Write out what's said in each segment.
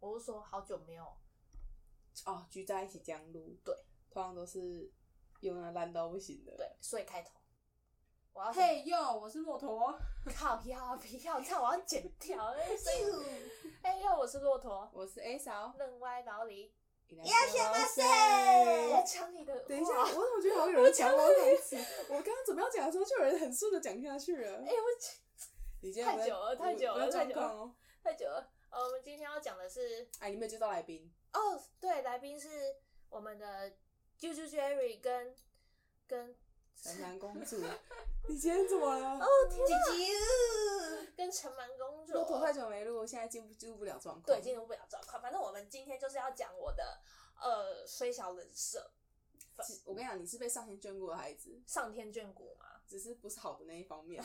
我是说好久没有，哦，聚在一起这样录，对，通常都是用那烂到不行的。对，所以开头我要先嘿哟，我是骆驼，靠要不要，这样我要剪掉。哎所以哎呦，我是骆驼，我是 A 嫂。嫩歪老李，要先吗？我谁？抢你的。等一下，哇我怎么觉得好像有人抢我 台词？我刚刚准备要讲的时候，就有人很顺的讲下去了哎，。我你今天有没有太久了太久了不要太状久了况哦。太久了。呃，我们今天要讲的是，哎，你没有接到来宾，哦，对，来宾是我们的啾啾 Jerry 跟跟城南公 主，你今天怎么哦了？姐姐跟陈蛮公主骆。驼太久没录，现在进不进入不了状况。对，进入不了状况。反正我们今天就是要讲我的呃虽小人设，其我跟你讲，你是被上天眷顾的孩子，上天眷顾嘛。只是不是好的那一方面。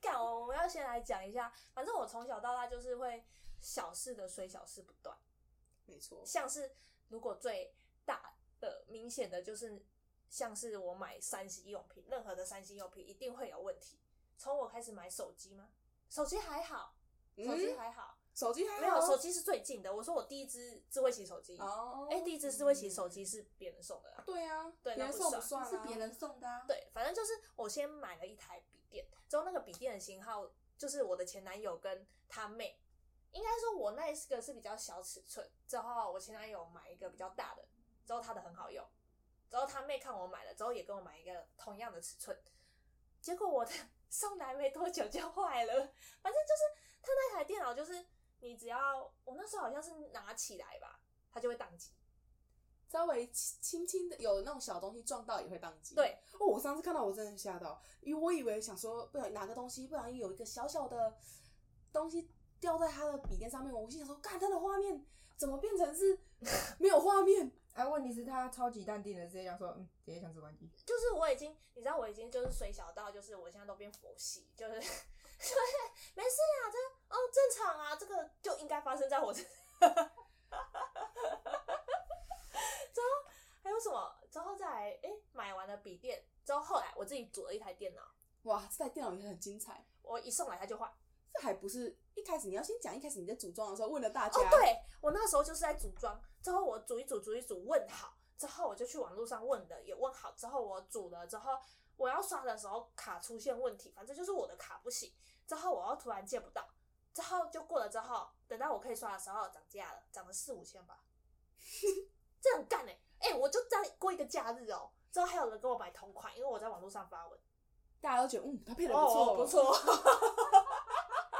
干，我们要先来讲一下，反正我从小到大就是会小事的虽小事不断，没错，像是如果最大的明显的就是像是我买三 C 用品，任何的三 C 用品一定会有问题。从我开始买手机吗？手机还好，手机嗯，还好，手机还哦没有手机机是最近的。我说我第一只智慧型手机，哎、哦，第一只智慧型手机是别人送的啦。对啊，对别那人不送算算啊，是别人送的、啊。，对，反正就是我先买了一台笔电，之后那个笔电的型号就是我的前男友跟他妹，应该说我那一个是比较小尺寸，之后我前男友买一个比较大的，之后他的很好用，之后他妹看我买了之后也跟我买一个同样的尺寸，结果我的 送来没多久就坏了，反正就是他那台电脑就是你只要我那时候好像是拿起来吧，它就会宕机。稍微轻轻轻的有那种小东西撞到也会宕机。对，哦，我上次看到我真的吓到，因为我以为想说不小心哪个东西不小心有一个小小的东西掉在他的笔电上面，我心想说，看他的画面怎么变成 是没有画面？哎、问题是他超级淡定的，直接讲说，嗯，直接想吃关机。就是我已经，你知道我已经就是水小到，就是我现在都变佛系，就是 就是没事啦，这哦正常啊，这个就应该发生在我 身上。之后还有什么？之后再来，哎、买完了笔电之后，后来我自己组了一台电脑，哇，这台电脑也很精彩。我一送来它就坏。这还不是一开始你要先讲，一开始你在组装的时候问了大家，哦，对我那时候就是在组装，之后我组一组组一组问好，之后我就去网络上问的，也问好之后我组了之后，我要刷的时候卡出现问题，反正就是我的卡不行，之后我又突然借不到，之后就过了之后，等到我可以刷的时候涨价了，涨了四五千吧，这很干哎、欸、哎、我就这样过一个假日哦。之后还有人跟我买同款，因为我在网络上发文，大家都觉得嗯，他配的不错、哦，不，错。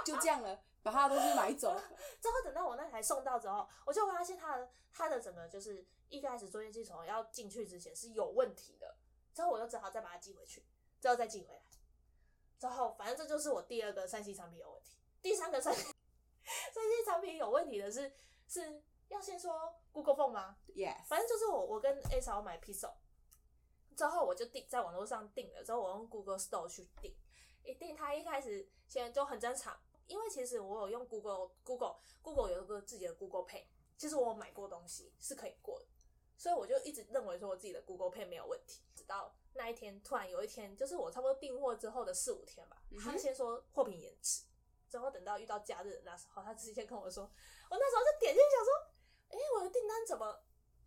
就这样了，把他的东西买走。 之后等到我那台送到之后，我就发现它的它的整个就是一开始作业系统要进去之前是有问题的，之后我就只好再把它寄回去，之后再寄回来，之后反正这就是我第二个三 C 产品有问题，第三个三 三 C 产品有问题的是是要先说 Google Phone 吗？ yes，反正就是我我跟 A 嫂买 Pixel 之后，我就订在网络上订了，之后我用 Google Store 去订，一订它一开始先就很正常，因为其实我有用 Google Google Google 有一个自己的 Google Pay，其实我有买过东西是可以过的，所以我就一直认为说我自己的 Google Pay 没有问题，直到那一天突然有一天，就是我差不多订货之后的四五天吧嗯，哼他先说货品延迟。之后等到遇到假日的那时候，他直接跟我说，我那时候就点进去想说，哎、我的订单怎么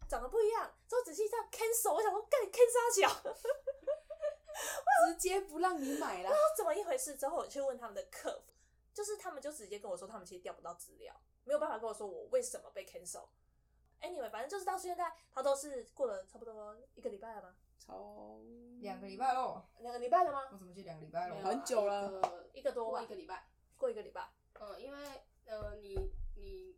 长得不一样？之后仔细一看 cancel，我想说干 cancel 小，直接不让你买啦。怎么一回事？之后我去问他们的客服，就是他们就直接跟我说，他们其实调不到资料，没有办法跟我说我为什么被 cancel。Anyway，反正就是到现在，他都是过了差不多一个礼拜了吗？超两个礼拜喽，两个礼拜了吗？我怎么记得两个礼拜没有喽？啊很久了一个一个多多吧一个礼拜。过一个礼拜，嗯，因为呃，你你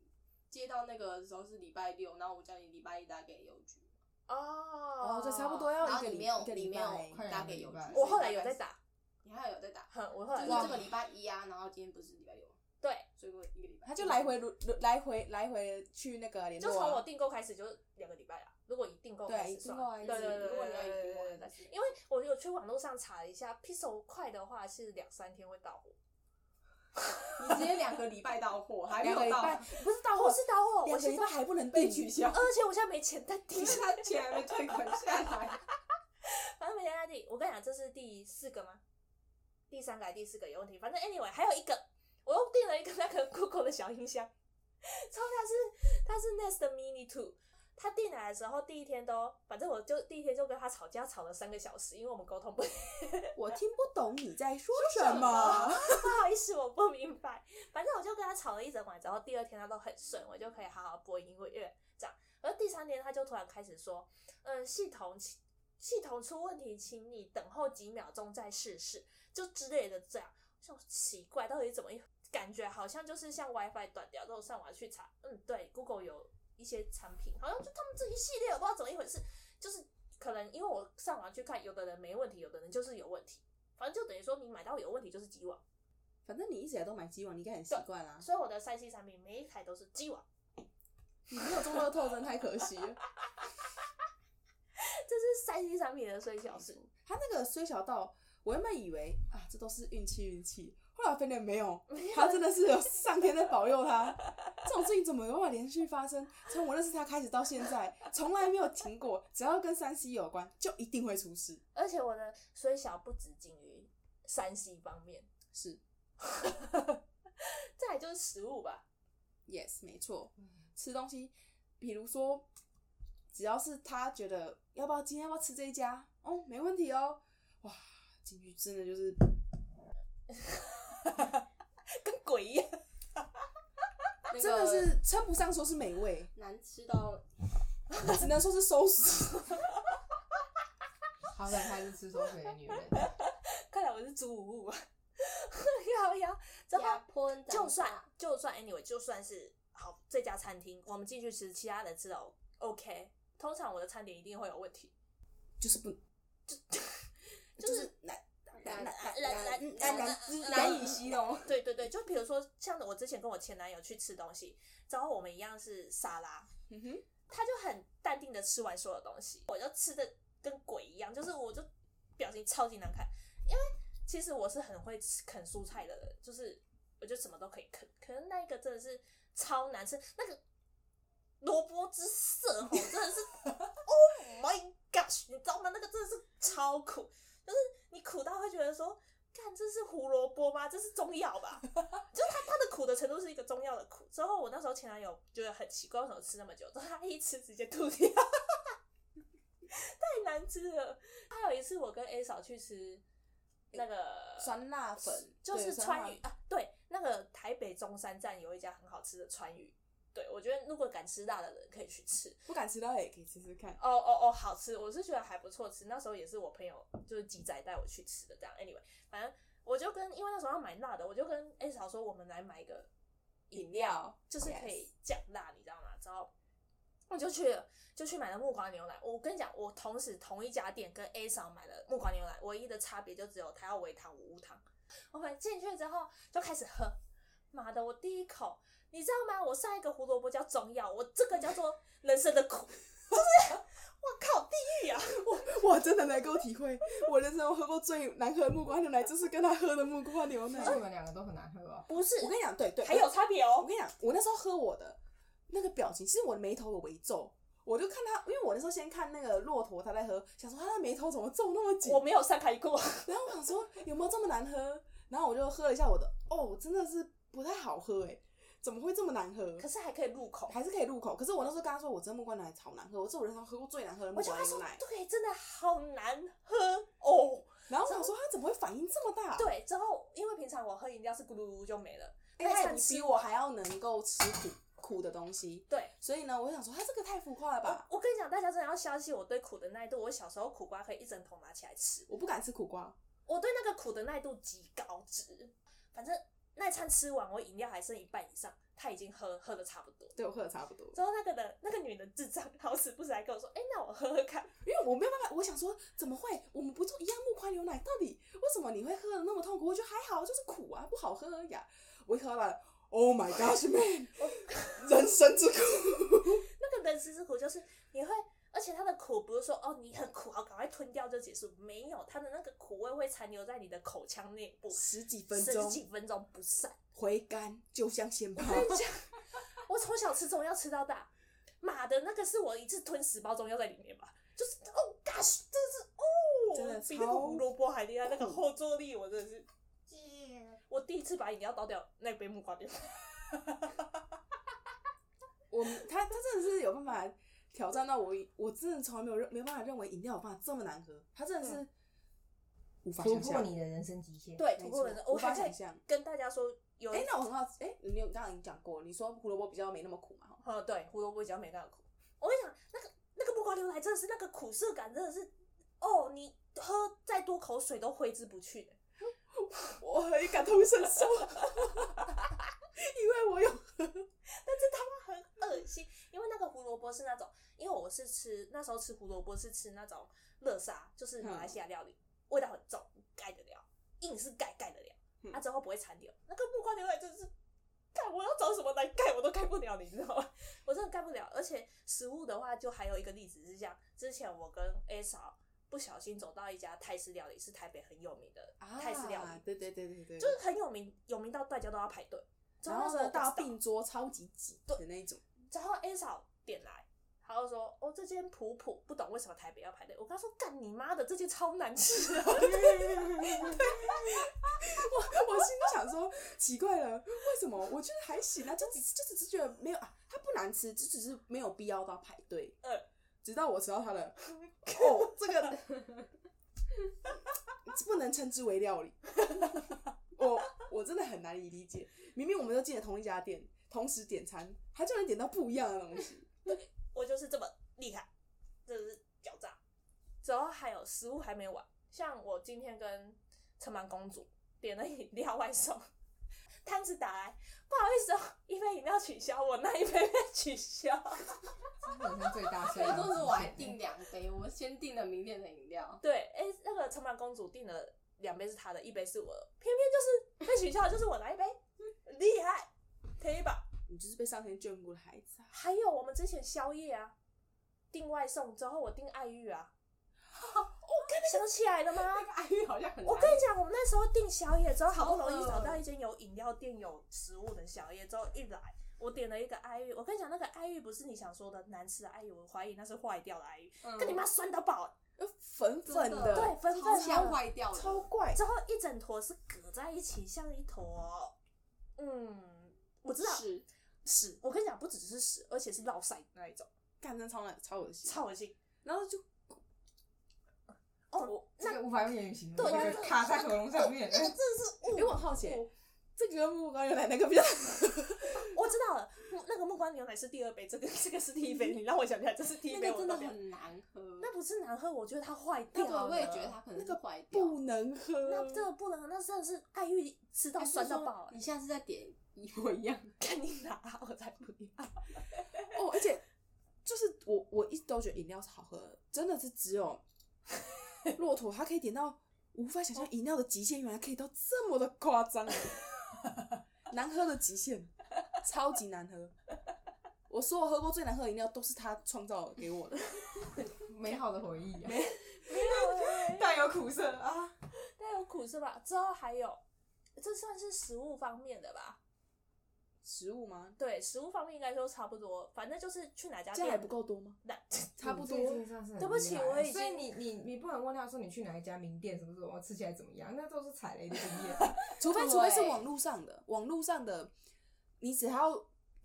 接到那个的时候是礼拜六，然后我叫你礼拜一打给邮局，哦哦，就差不多要然一后个你没礼有一个你礼没拜有快。打给邮局两个礼拜，我后来有在，打，你还有在打，哼，我后就来有是这在个礼拜一啊，然后今天不是礼拜六，对，所以过一个礼拜，他就来回轮轮来回来回去那个联就络从我啊，订购开始就两个礼拜了。如果以订购开对，始一定算，过来一对次对对对如果你要对一对对个对但是因为我有去网络上查了一下，Pixel 快的话是两三天会到货，你直接两个礼拜到货，还没两个有礼到，拜 不是到我我哦是到货，我两个现礼在拜，还不能被订取消， 而且我现在没钱在因 订 为，他钱还没退款下来。反啊正没钱在订。我跟你讲，这是第四个吗？第三个还是第四个有问题，反正 anyway 还有一个，我又订了一个那个 Google 的小音箱， 之后它是它是 Nest 的 Mini Two，它订来的时候第一天都，反正我就第一天就跟他吵架，吵了三个小时，因为我们沟通不了，我听不懂你在说什什么么。 不好意思，我不明白。反正我就跟他吵了一整晚，之后第二天他都很顺，我就可以好好播音乐这样。而第三天他就突然开始说，嗯，系统请系统出问题，请你等候几秒钟再试试，就之类的这样。我想说奇怪，到底怎么一感觉好像就是像 WiFi 断掉之后上网去查，嗯，对，Google 有一些产品，好像就他们这一系列，我不知道怎么一回事，就是可能因为我上网去看，有的人没问题，有的人就是有问题，反正就等于说你买到有问题就是鸡网， 反正你一直以来都买鸡网，你应该很习惯啊啦。所以我的三 C 产品每一台都是鸡网，你没有中乐透真太可惜了。这是三 C 产品的碎小事。他那个虽小到，我原本以为啊，这都是运气运气，后来发现没有，没有他真的是有上天在保佑他。这种事情怎么有办法连续发生？从我认识他开始到现在，从来没有停过。只要跟山西有关，就一定会出事。而且我的虽小不止仅于三 C 方面，是再来就是食物吧， ，yes，没错。吃东西，比如说，只要是他觉得要不要今天要不要吃这一家，哦，没问题哦。哇，进去真的就是跟鬼一样。那个真的是称不上说是美味，难吃到只能说是收拾。好想开始吃收水的女人。看来我是猪五五啊， 要要，之后压迫人长大，就算就算 anyway，就算是好这家餐厅，我们进去吃，其他人吃到 OK，通常我的餐点一定会有问题。 就是不，就就是是难难难难难难难难难难难以形容。对对对，就比如说像我之前跟我前男友去吃东西，然后我们一样是沙拉，嗯哼，他就很淡定的吃完所有东西，我就吃的跟鬼一样，就是我就表情超级难看，因为其实我是很会吃啃蔬菜的人，就是我就什么都可以啃，可是那一个真的是超难吃，那个萝卜之色吼，真的是，Oh my gosh，你知道吗？那个真的是超苦，就是你苦到会觉得说。看，这是胡萝卜吗？这是中药吧？就是它它的苦的程度是一个中药的苦。之后我那时候前男友觉得很奇怪，为什么吃那么久？之后他一吃直接吐掉， 太难吃了。还有一次我跟 A 嫂去吃那个酸辣粉就是对酸辣川渝啊，对，那个台北中山站有一家很好吃的川渝。对，我觉得如果敢吃辣的人可以去吃。不敢吃到也可以试试看。哦哦哦，好吃，我是觉得还不错吃。那时候也是我朋友就是鸡仔带我去吃的，这样。Anyway，反正我就跟因为那时候要买辣的，我就跟 A 嫂说我们来买一个饮料，就是可以降辣，你知道吗？之后我就去了，就去买了木瓜牛奶。我跟你讲，我同时同一家店跟 A 嫂买了木瓜牛奶，唯一的差别就只有他要微糖，我无糖。我们进去之后就开始喝，妈的，我第一口。你知道吗？我上一个胡萝卜叫中药，我这个叫做人生的苦，就是我靠，地狱 啊！ 我真的能够体会，我人生中喝过最难喝的木瓜牛奶，就是跟他喝的木瓜牛奶。那你们两个都很难喝哦。不是，我跟你讲，对对，还有差别我哦。跟你讲，我那时候喝我的那个表情，其实我的眉头有微皱，我就看他，因为我那时候先看那个骆驼他在喝，想说他的眉头怎么皱那么紧我，没有散开过，然后我想说有没有这么难喝，然后我就喝了一下我的，哦，真的是不太好喝哎、怎么会这么难 喝？可是还可以入口。还是可以入口，可是我那时候跟他说，我真的木瓜牛奶好难喝，我是我人生喝过最难喝的木我就瓜跟他牛说奶，。对，真的好难喝哦。然后我想说他怎么会反应这么大？对，之后因为平常我喝饮料是咕噜噜就没了，哎，那一他餐已吃经比我还要能够吃苦苦的东西，对。所以呢，我想说他这个太浮夸了吧，我我跟你讲，大家真的要相信我对苦的耐度。我小时候苦瓜可以一整桶拿起来吃，我不敢吃苦瓜。我对那个苦的耐度极高值。反正那餐吃完，我饮料还剩一半以上，他已经喝喝的差不多。对我喝的差不多，之后那个的那个女的智障，好死不死还跟我说：“哎、那我喝喝看。因为我没有办法，我想说怎么会？我们不就一样木瓜牛奶？到底为什么你会喝的那么痛苦？我觉得还好，就是苦啊，不好喝而已、啊。我一喝完，Oh my gosh man，人生之苦。”那个人吃之苦就是你会，而且它的苦不是说哦你很苦，好赶快吞掉就结束，没有，它的那个苦味会残留在你的口腔内部十几分十钟几分钟不散。回甘，就像鲜泡。我从小吃中药吃到大，妈的那个是我一次吞十包中药在里面吧，就是哦 gosh，真真的是哦的，比那个超胡萝卜还厉害，那个后坐力我真的是，我第一次把饮料倒掉那杯木瓜掉。我他他真的是有办法挑战到我，我真的从来没有认没办法认为饮料有办法这么难喝，它真的是无法突想破象。你的人生极限。，对，没突破错人生，我无法还可以想象。跟大家说有一，哎，那我很好奇，哎，你有刚刚已经讲过，你说胡萝卜比较没那么苦嘛？哈呃，对，胡萝卜比较没那个苦。我跟你讲，那个那个木瓜牛奶真的是那个苦涩感，真的是哦，你喝再多口水都挥之不去欸的。我很感同身受， 因为我有很恶心，因为那个胡萝卜是那种，因为我是吃那时候吃胡萝卜是吃那种乐沙，就是马来西亚料理，味道很重，盖得了，硬是盖盖得了，啊嗯它、之后不会残留。那个木瓜牛奶真的是，盖我要找什么来盖我都盖不了，你知道吗？我真的盖不了。而且食物的话，就还有一个例子是这样，之前我跟 A 嫂不小心走到一家泰式料理，是台北很有名的泰式料理，啊对对对对对，就是很有名，有名到大家都要排队。之然那后时候呢，我不知大道病桌超级挤的那一种，然后 A 嫂点来，他就说：“哦，这间普普，不懂为什么台北要排队。”我跟他说：“干你妈的，这间超难吃 的。我心里想说，奇怪了，为什么？我觉得还行啊，就只是就只是觉得没有啊，它不难吃，就只是没有必要到排队。呃嗯直到我吃到它 的，哦，这个不能称之为料理，我我真的很难以理解。明明我们都进了同一家店，同时点餐，他就能点到不一样的东西。”我就是这么厉害，真的是狡诈。然后还有食物还没完，像我今天跟城满公主点了饮料外送， 摊子打来，不好意思哦，一杯饮料取消，我那一杯被取消。人生最大所最以大说是我还极限订两杯，我先订了明天的饮料。对，哎、那个城满公主订了两杯是她的，一杯是我的，偏偏就是被取消，就是我那一杯，嗯厉害，可以吧？你就是被上天眷顾的孩子啊！还有我们之前宵夜啊，订外送之后，我订爱玉 啊，我跟你想起来了吗？爱玉好像很难我跟你讲，我们那时候订宵夜之后，好不容易超饿找到一间有饮料店、有食物的宵夜，之后一来，我点了一个爱玉。我跟你讲，那个爱玉不是你想说的难吃的爱玉，我怀疑那是坏掉的爱玉，嗯跟你妈酸到爆，呃粉粉真的对，的，纷纷超的像坏掉了，超怪。之后一整坨是隔在一起，像一坨，嗯，我知道是屎。我跟你讲，不只是屎，而且是落塞的那一种，干真超难，超恶心。超恶心。然后就哦，我这个无法用言语形容，对就那个是卡在喉咙上面。那个真的是，嗯因为我很好奇哎我，这个跟木瓜牛奶那个比 较，嗯我知道了，木那个木瓜牛奶是第二杯，这个这个是第一 杯，你让我想起来，这是第一那杯，个我真的到底很难喝。那不是难喝，我觉得它坏掉那了。个我也觉得它可能是坏掉。不能喝。那真的不能，那真的是爱玉吃到还是酸到说爆、欸，你下次再点一模一样。看你拿，我才不要。哦，而且就是我我一直都觉得饮料是好喝的，真的是只 有骆驼它可以点到无法想象饮料的极限，原来可以到这么的夸张，欸 难喝的极限，超级难喝。我所有喝过最难喝的饮料都是他创造给我的，美好的回忆啊，没有、 欸，带有苦涩 啊。但有苦是吧？之后还有，这算是食物方面的吧？食物吗？对，食物方面应该都差不多，反正就是去哪家这样还店不。够多吗？那 嗯差不多你这个上是很对不起厉害我已经所以你你你不能问他说你去哪一家名店什么什么，吃起来怎么样，那都是踩雷的经验。除非对除非是网络上的，网络上的，你只要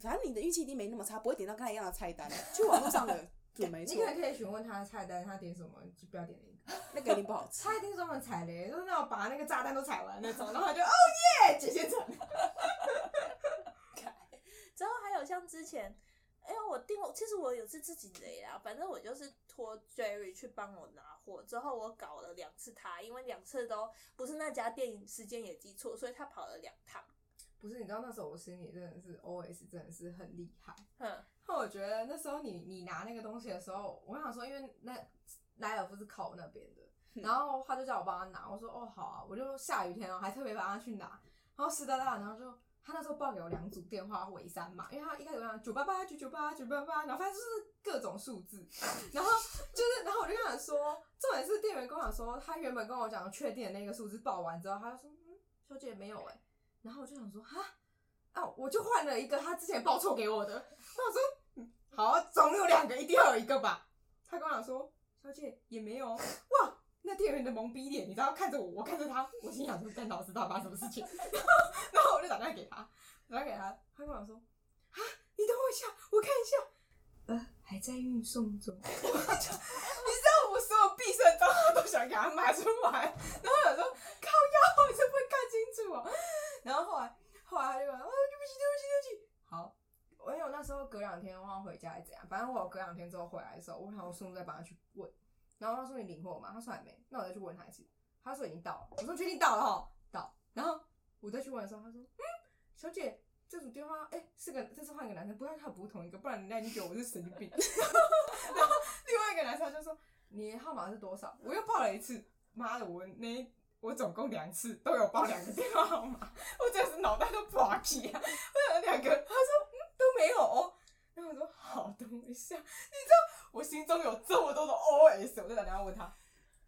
反正你的运气一定没那么差，不会点到跟他一样的菜单。去网络 上的准没你错可，能可以询问他的菜单，他点什么就不要点那个。那个一定不好吃。他一定是专门踩雷，就是那种把那个炸弹都踩完那种，然后他就哦耶，姐姐成。之后还有像之前，哎、呀，我订了，其实我有是自己雷啦，反正我就是托 Jerry 去帮我拿货，之后我搞了两次他，因为两次都不是那家店，时间也记错，所以他跑了两趟。不是，你知道那时候我心里真的是 OS 真的是很厉害。嗯哼，那我觉得那时候你你拿那个东西的时候，我想说，因为那莱尔夫是靠那边的，然后他就叫我帮他拿，我说哦好啊，我就下雨天哦，还特别帮他去拿，然后湿哒哒，然后就他那时候报给我两组电话尾三嘛，因为他一开始我想九八八九九八九八八，然后反正就是各种数字，然后就是然后我就跟他说，重点是店员跟我讲说，他原本跟我讲确定的那个数字报完之后，他就说嗯小姐没有哎、然后我就想说哈。啊！我就换了一个他之前报错给我的，那我说嗯好，总有两个，一定要有一个吧。他跟我讲说，小姐也没有哦哇。那店员的懵逼脸，你知道看着我，我看着他，我心想说干老师他发生什么事情， 然后然后我就打电话给他，打电话给他，他跟我讲说啊，你等我一下，我看一下，在运送中。 你知道我所有毕生账号都想给他骂出来，然后我想说靠腰，你这不会看清楚啊？然后后来后来他就说哦，对不起对不起对不起，好。我有那时候隔两天我好像回家还是怎样，反正我隔两天之后回来的时候，我想我顺路再帮他去问，然后他说你领货吗？他说还没，那我再去问他一次。他说已经到了，我说确定到了哈，到。然后我再去问的时候，他说嗯，小姐，这组电话哎、是个这次换一个男生，不要他不是同一个，不然人家已经觉得我是神经病。然后另外一个男生就说你的号码是多少？我又报了一次，妈的，我那一我总共两次都有报两个电话号码，我真的是脑袋都不好气啊！我有两个，他说嗯都没有哦。然后我说好，等我一下，你知道我心中有这么多的 OS，我就打电话问他，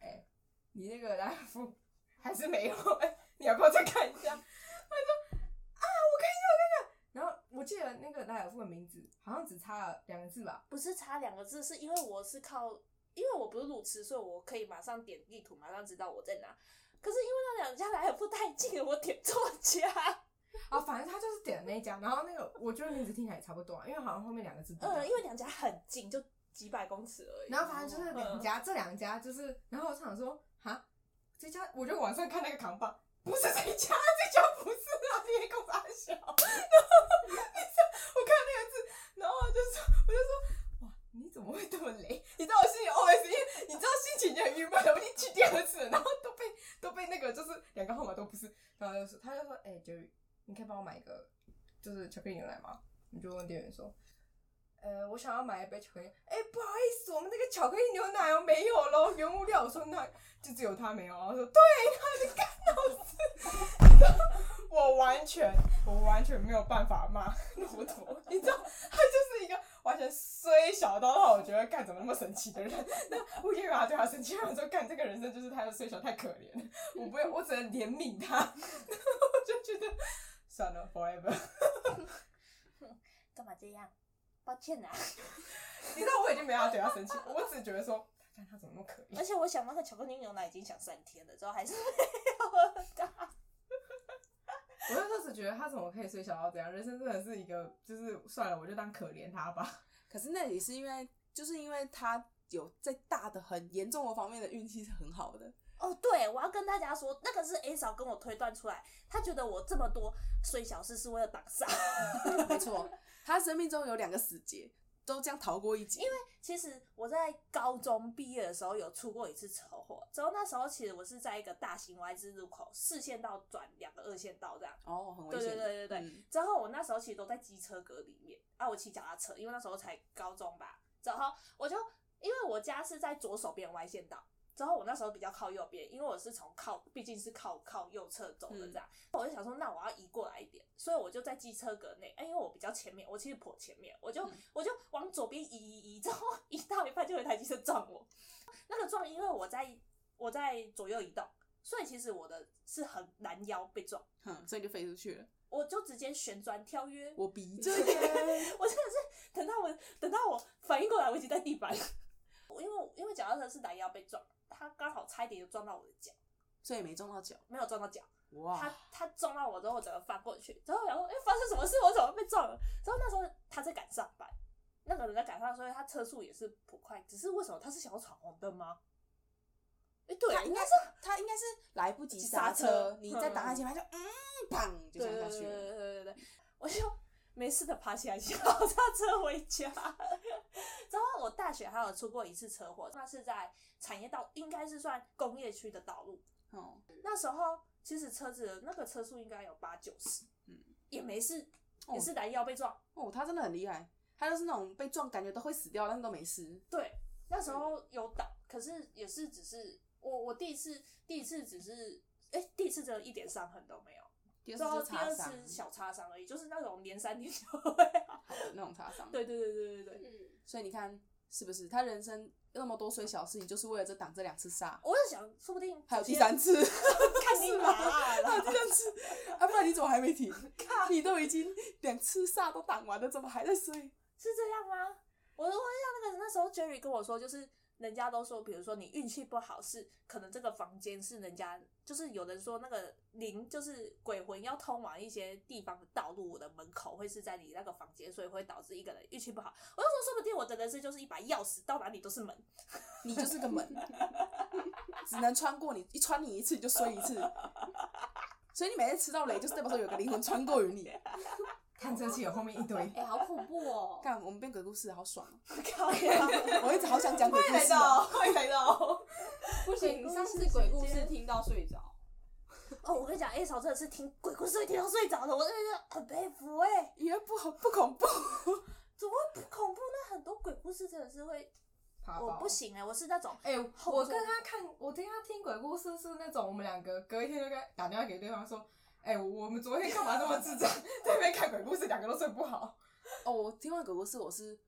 哎、你那个来福还是没有、哎，你要不要再看一下？他说啊，我看一下，我看一下。然后我记得那个莱尔夫的名字好像只差了两个字吧，不是差两个字，是因为我是靠，因为我不是路痴，所以我可以马上点地图，马上知道我在哪。可是因为那两家来的不太近，我点错家。啊，反正他就是点了那一家，然后那个我觉得名字听起来也差不多、啊，因为好像后面两个字不一样嗯，因为两家很近，就几百公尺而已。嗯然后反正就是两家，这两家就是，然后我想说，哈，这家，我就晚上看那个扛棒，不是这一家，这家不是啊，你也够大小。 然后你知道我看那个字，然后我就说，我就说，哇，你怎么会这么雷？你知道我心里 OS，因为 E？你知道心情已经很郁闷了，我已经去第二次了，然后都被都被那个就是两个号码都不是，然后他就说他就说，哎、j e r r y 你可以帮我买一个就是巧克力牛奶吗？你就问店员说，呃，我想要买一杯巧克力。哎、不好意思，我们那个巧克力牛奶哦没有喽，原物料。我说那就只有它没有。哦我说对， 他就干老师，我完全我完全没有办法骂骆驼，你知道，他就是一个完全虽小到让我觉得干怎么那么神奇的人。那我因为他对他生气，我说干这个人生就是他的虽小太可怜，了，我不会，我只能怜悯他。 我就觉得算了，forever。干嘛这样？抱歉啊！你知道我已经没办法对他 生气，我只觉得说，看他怎么那么可 怜。而且我想那个巧克力牛奶已经想三天了，之后还是没 有喝到。我那时候只觉得他怎么可以虽小到这样，人生真的是一个，就是算了，我就当可怜他吧。 可是那也是因为，就是因为他有在大的很严重的方面的运气是很好的。哦，对，我要跟大家说，那个是 A 嫂跟我推断出来，她觉得我这么多睡小事是为了挡煞。嗯没错，他生命中有两个死劫，都这样逃过一劫。因为 其实我在高中毕业的时候有出过一次车祸，之后那时候其实我是在一个大型 Y 字路口，四线道转两个二线道这样。哦，很危对险。对对对对。嗯之后我那时候其实都在机车格里面啊，我骑脚踏车，因为那时候才高中吧。之后我就因为我家是在左手边歪线道，之后我那时候比较靠右边，因为我是从靠，毕竟是靠靠右侧走嗯的这样。我就想说，那我要移过来一点，所以我就在机车格内，哎，因为我比较前面，我其实颇前面，我就、嗯我就往左边移移移，之后 移到一半就有一台机车撞我。那个撞，因为我在我在左右移动，所以其实我的是很拦腰被撞。哼，所以就飞出去了。我就直接旋转跳跃，我我闭着嗯眼，真的是等到我等到我反应过来，我已经在地板了。我因为因为脚踏车是拦腰被撞，他刚好差一点就撞到我的脚，所以没中到脚。没有撞到脚，他哇，他撞到我之后，我整个翻过去，然后我想说，哎、发生什么事？我怎么被撞了？然后那时候他在赶上班，那个人在赶上，所以他车速也是不快，只是为什么他是想要闯红灯吗？哎、对，他应该是是他应该是来不及刹刹车你在挡在前面他就嗯，砰就对对撞对对下去了。对对对，我就没事的爬起来骑脚踏车回家。然后我大学还有出过一次车祸，那是在产业道，应该是算工业区的道路。哦，那时候其实车子的那个车速应该有八九十，嗯也没事，哦也是拦腰被撞。哦，他真的很厉害，他就是那种被撞感觉都会死掉，但是都没事。对，那时候有倒，可是也是只是我我第一次第一次只是哎、第一次只有一点伤痕都没有，第二然后次就啊第擦二伤，次小擦伤而已，就是那种连三天就会好。 那种擦伤。对对对对对对。嗯，所以你看是不是他人生那么多虽小事情，就是为了这挡这两次煞，我就想，说不定还有第三次， 看你嘛还有 啦，第三次，啊，不然你怎么还没停？你都已经两次煞都挡完了，怎么还在睡？是这样吗？我我像那个那时候 Jerry 跟我说，就是人家都说，比如说你运气不好是可能这个房间是人家，就是有人说那个灵就是鬼魂要通往一些地方的道路的门口会是在你那个房间，所以会导致一个人运气不好。我就说，说不定我的人生就是一把钥匙，到哪里都是门。 你就是个门，只能穿过你，一穿你一次你就摔一次。所以你每次吃到雷，就是代表说有个灵魂穿过于你。探测器有后面一堆， 哎、好恐怖哦！干，我们变鬼故事好爽哦！靠呀！我一直好想讲鬼故来事哦。到，快来到！不鬼行，故事上次鬼故时事间听到睡着，哦，我跟你讲，A 嫂真的是听鬼故事会听到睡着的，我真的是很佩服哎、也不好不恐怖，怎么会不恐怖呢？很多鬼故事真的是会，爬我包不。行哎、我是那种哎、后我座跟他看，我听他听鬼故事是那种，我们两个隔一天就该打电话给对方说，哎、我们昨天干嘛那么 智障，对面看鬼故事，两个都睡不好。 哦，我听完鬼故事，我是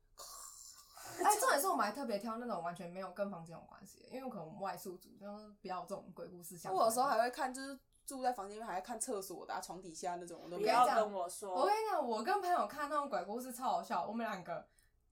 哎、 重点是我们还特别挑那种完全没有跟房间有关系的，因为可能我们外宿组就是不要这种鬼故事相关的。我有时候还会看，就是住在房间里面还会看厕所的、啊、床底下那种，我都不没有要这样跟我我说跟，你讲，我跟朋友看那种鬼故事超好笑。我们两个，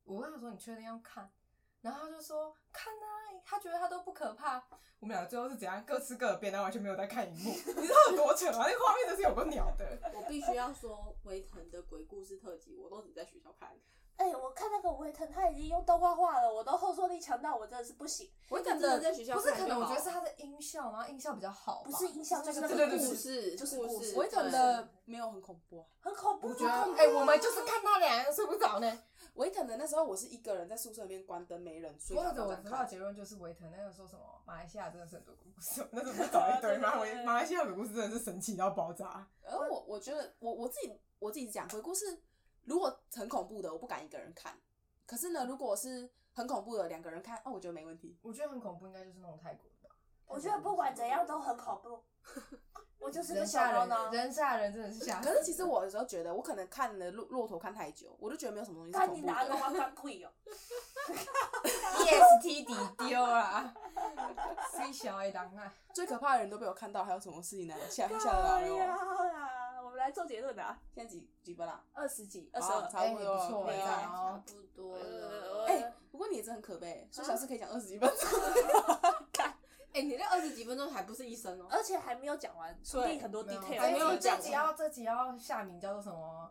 我跟他说你确定要看，然后他就说看啊，他觉得他都不可怕。我们两个最后是怎样各吃各的便当，完全没有在看荧幕，你知道有多扯啊吗？那个画面真是有个鸟的。我必须要说，维腾的鬼故事特辑，我都只在学校看。哎、我看那个维腾他已经用动画画了，我都后坐力强到我真的是不行，我真的在学校不是看可就能，我觉好得是他的音效，然后音效比较好吧。不是音效就是那对对个对故对故事，事，就是故故事事，我讲对的没有很恐怖、啊。很恐怖。我觉得好恐怖，哎、我们就是看他俩人睡不着呢。维腾的那时候，我是一个人在宿舍里面关灯，没人睡。或然者后我这知样道看结论就是维腾那个说什么马来西亚真的是很多鬼故事，那时候不是找一堆吗？维马来西亚鬼故事真的是神奇到爆炸。而我我觉得我我自己我自己讲鬼故事，如果很恐怖的，我不敢一个人看。可是呢，如果是很恐怖的，两个人看，哦，我觉得没问题。我觉得很恐怖，应该就是那种泰国的吧。我觉得不管怎样都很恐 怖，我就是个人小吓孬人，啊孬。人吓人真的是吓死可人。是其实 我有时候觉得，我可能看了骆骆驼看太久，我就觉得没有什么东西是看恐你怖拿个 的。花干贵 哦，，E EST 底丢啦，C 小 A 档案。最可怕的人都被我看到，还有什么事情呢？下下得来靠了哦。腰啦！哎我们来做结论啊，现在几几分啦？二十几、二十二哦，差不多哎不错没有哎啊。差不多了。哎哎、不过你也真的很可悲，说小事可以讲二十几分钟。 哎你那二十几分钟还不是一生哦？而且还没有讲完，出力很多啊 detail，还没有啊哎这这讲集集要这集要下名叫做什么？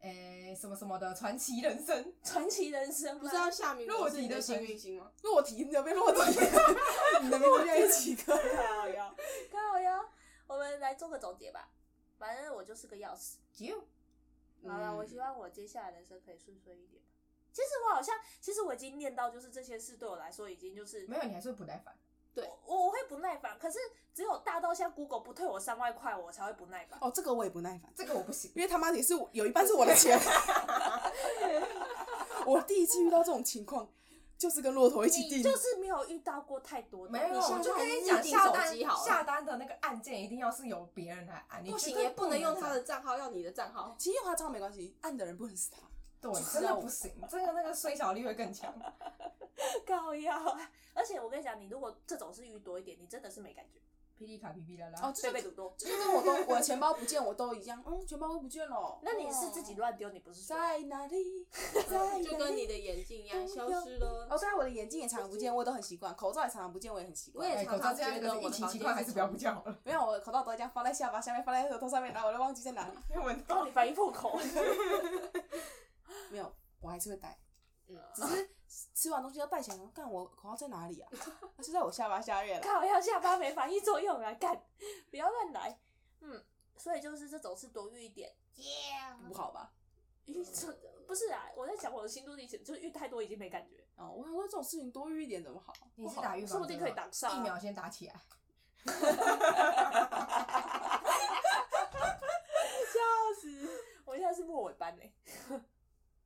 诶、什么什么的传奇人生，传奇人生吗不是啊要夏明落我地是你的的幸神运星吗？落题，你要被落题， 你的名字变一起个。靠腰，靠腰，我们来做个总结吧。反正我就是个钥匙。 You 好了，嗯我希望我接下来人生可以顺遂一点。其实我好像，其实我已经念到，就是这些事对我来说已经就是没有你还是不耐烦。对我我我会不耐烦，可是只有大到像 Google 不退我三万块，我才会不耐烦。哦，这个我也不耐烦。这个我不行。因为他妈也是我有一半是我的钱。 我第一次遇到这种情况，就是跟骆驼一起你订，就是没有遇到过太多的，没有，你像我就在跟你预讲，定下手单机好了下单的那个按键一定要是由别人来啊按，你不行，绝对也不能用他按的账号，要你的账号。其实用他账号没关系，按的人不能是他。对，真的不行，这个那个衰小力会更 强。高腰 啊。而且我跟你讲，你如果这种事遇多一点，你真的是没感觉，噼里啪噼噼啦啦。哦，被就是被堵多。就是跟我都我的钱包不见，我都一样，嗯，钱包都不见了。哦那你是自己乱丢，你不是说在哪里？ 在就哪跟里？你的眼镜一样消失了。 哦，虽然我的眼镜也常常不见，我也都很习惯，口罩也常常不见，我也很习惯。我也哎，口罩这样常常觉得疫我的情房习间惯是还是不要不叫好了，没有，我的口罩都这样放在下巴下面，放在额头上面，然后我就忘记在哪里。因为我到底哦反应破口？ 没有，我还是会戴，嗯只是吃完东西要戴起来，然后干我口罩在哪里啊？它就在我下巴下 面了。靠腰下巴没反应作用啊，干，不要乱来。嗯，所以就是这种事多遇一点，不好吧？遇这不是啊，我在讲我的心路历程，就是遇太多已经没感觉，哦，我想说这种事情多遇一点怎么好？你是不好打预防说针吗，不定可以挡上啊疫苗先打起来。 笑死！我现在是末尾班呢、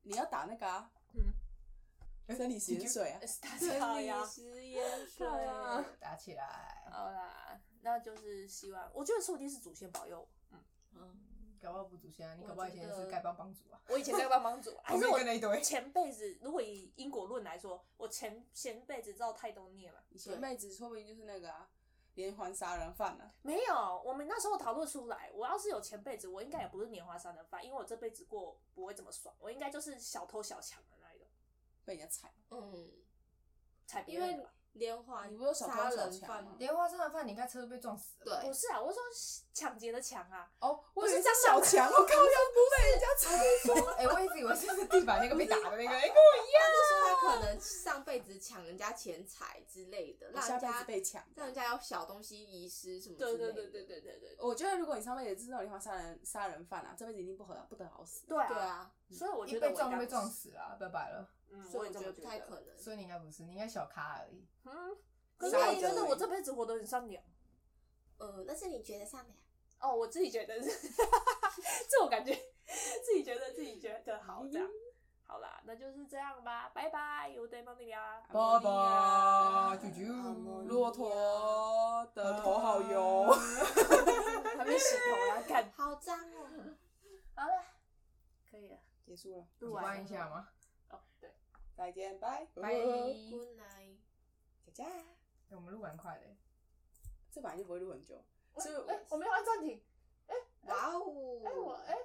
你要打那个啊，嗯生理盐水啊欸，，是大家好生呀理。食盐水，对啊打起来，好啦，那就是希望，我觉得说不定是祖先保佑我。嗯，搞不好不祖先啊，你我搞不好以觉前是得丐帮帮主啊，我以前在帮帮主，还是旁我边跟了一堆前辈子，如果以因果论来说，我前前辈子造太多孽了。你前辈子说不定就是那个啊，连环杀人犯啊。没有，我们那时候讨论出来，我要是有前辈子，我应该也不是年华杀人犯，因为我这辈子过不会这么爽，我应该就是小偷小抢的那一种。被人家踩， 嗯，踩别因人为的吧连环你不是有小杀偷小人抢犯吗吗？莲花上的饭，你应该车被撞 死了。对不，是啊，我说抢劫的抢啊，哦，我不以是为是蟑小螂强， 我靠，要不被人家哎、我一直以为是不是地板那个被打的那个，哎、跟他就说他可能上辈子抢人家钱财之类的，抢，我让下辈人子家被抢。让人家有小东西遗失什么之对类对的。对对对对对对，我觉得如果你上辈子是那种连环杀人杀人犯啊，这辈子一定不和不得好死。对啊，对啊，所以我我觉嗯一得被我撞应该就被不撞是，死了啊，拜拜了。嗯，所我以也这我觉么得觉不太可得。能。所以你应该不是，你应该小咖而已。嗯，可是杀我人觉得而我已这辈子活得很善良。呃，那是你觉得上面哦，我自己觉得是， 这我感觉自己觉得自己觉得好这样。好啦，那就是这样吧，拜拜，我对梦里啊。哦拜拜，阿啾莫尼亚啾。骆驼的呃头好油。 还没洗头啊，看好脏哦。好了，可以了，结束了，你录完关一下了？吗？哦，对，再见，拜拜。 Good night。再见。我们录蛮快的。这本来就不会录很久，哎所以哎、我没有按暂停，哇哎、我哦！哎、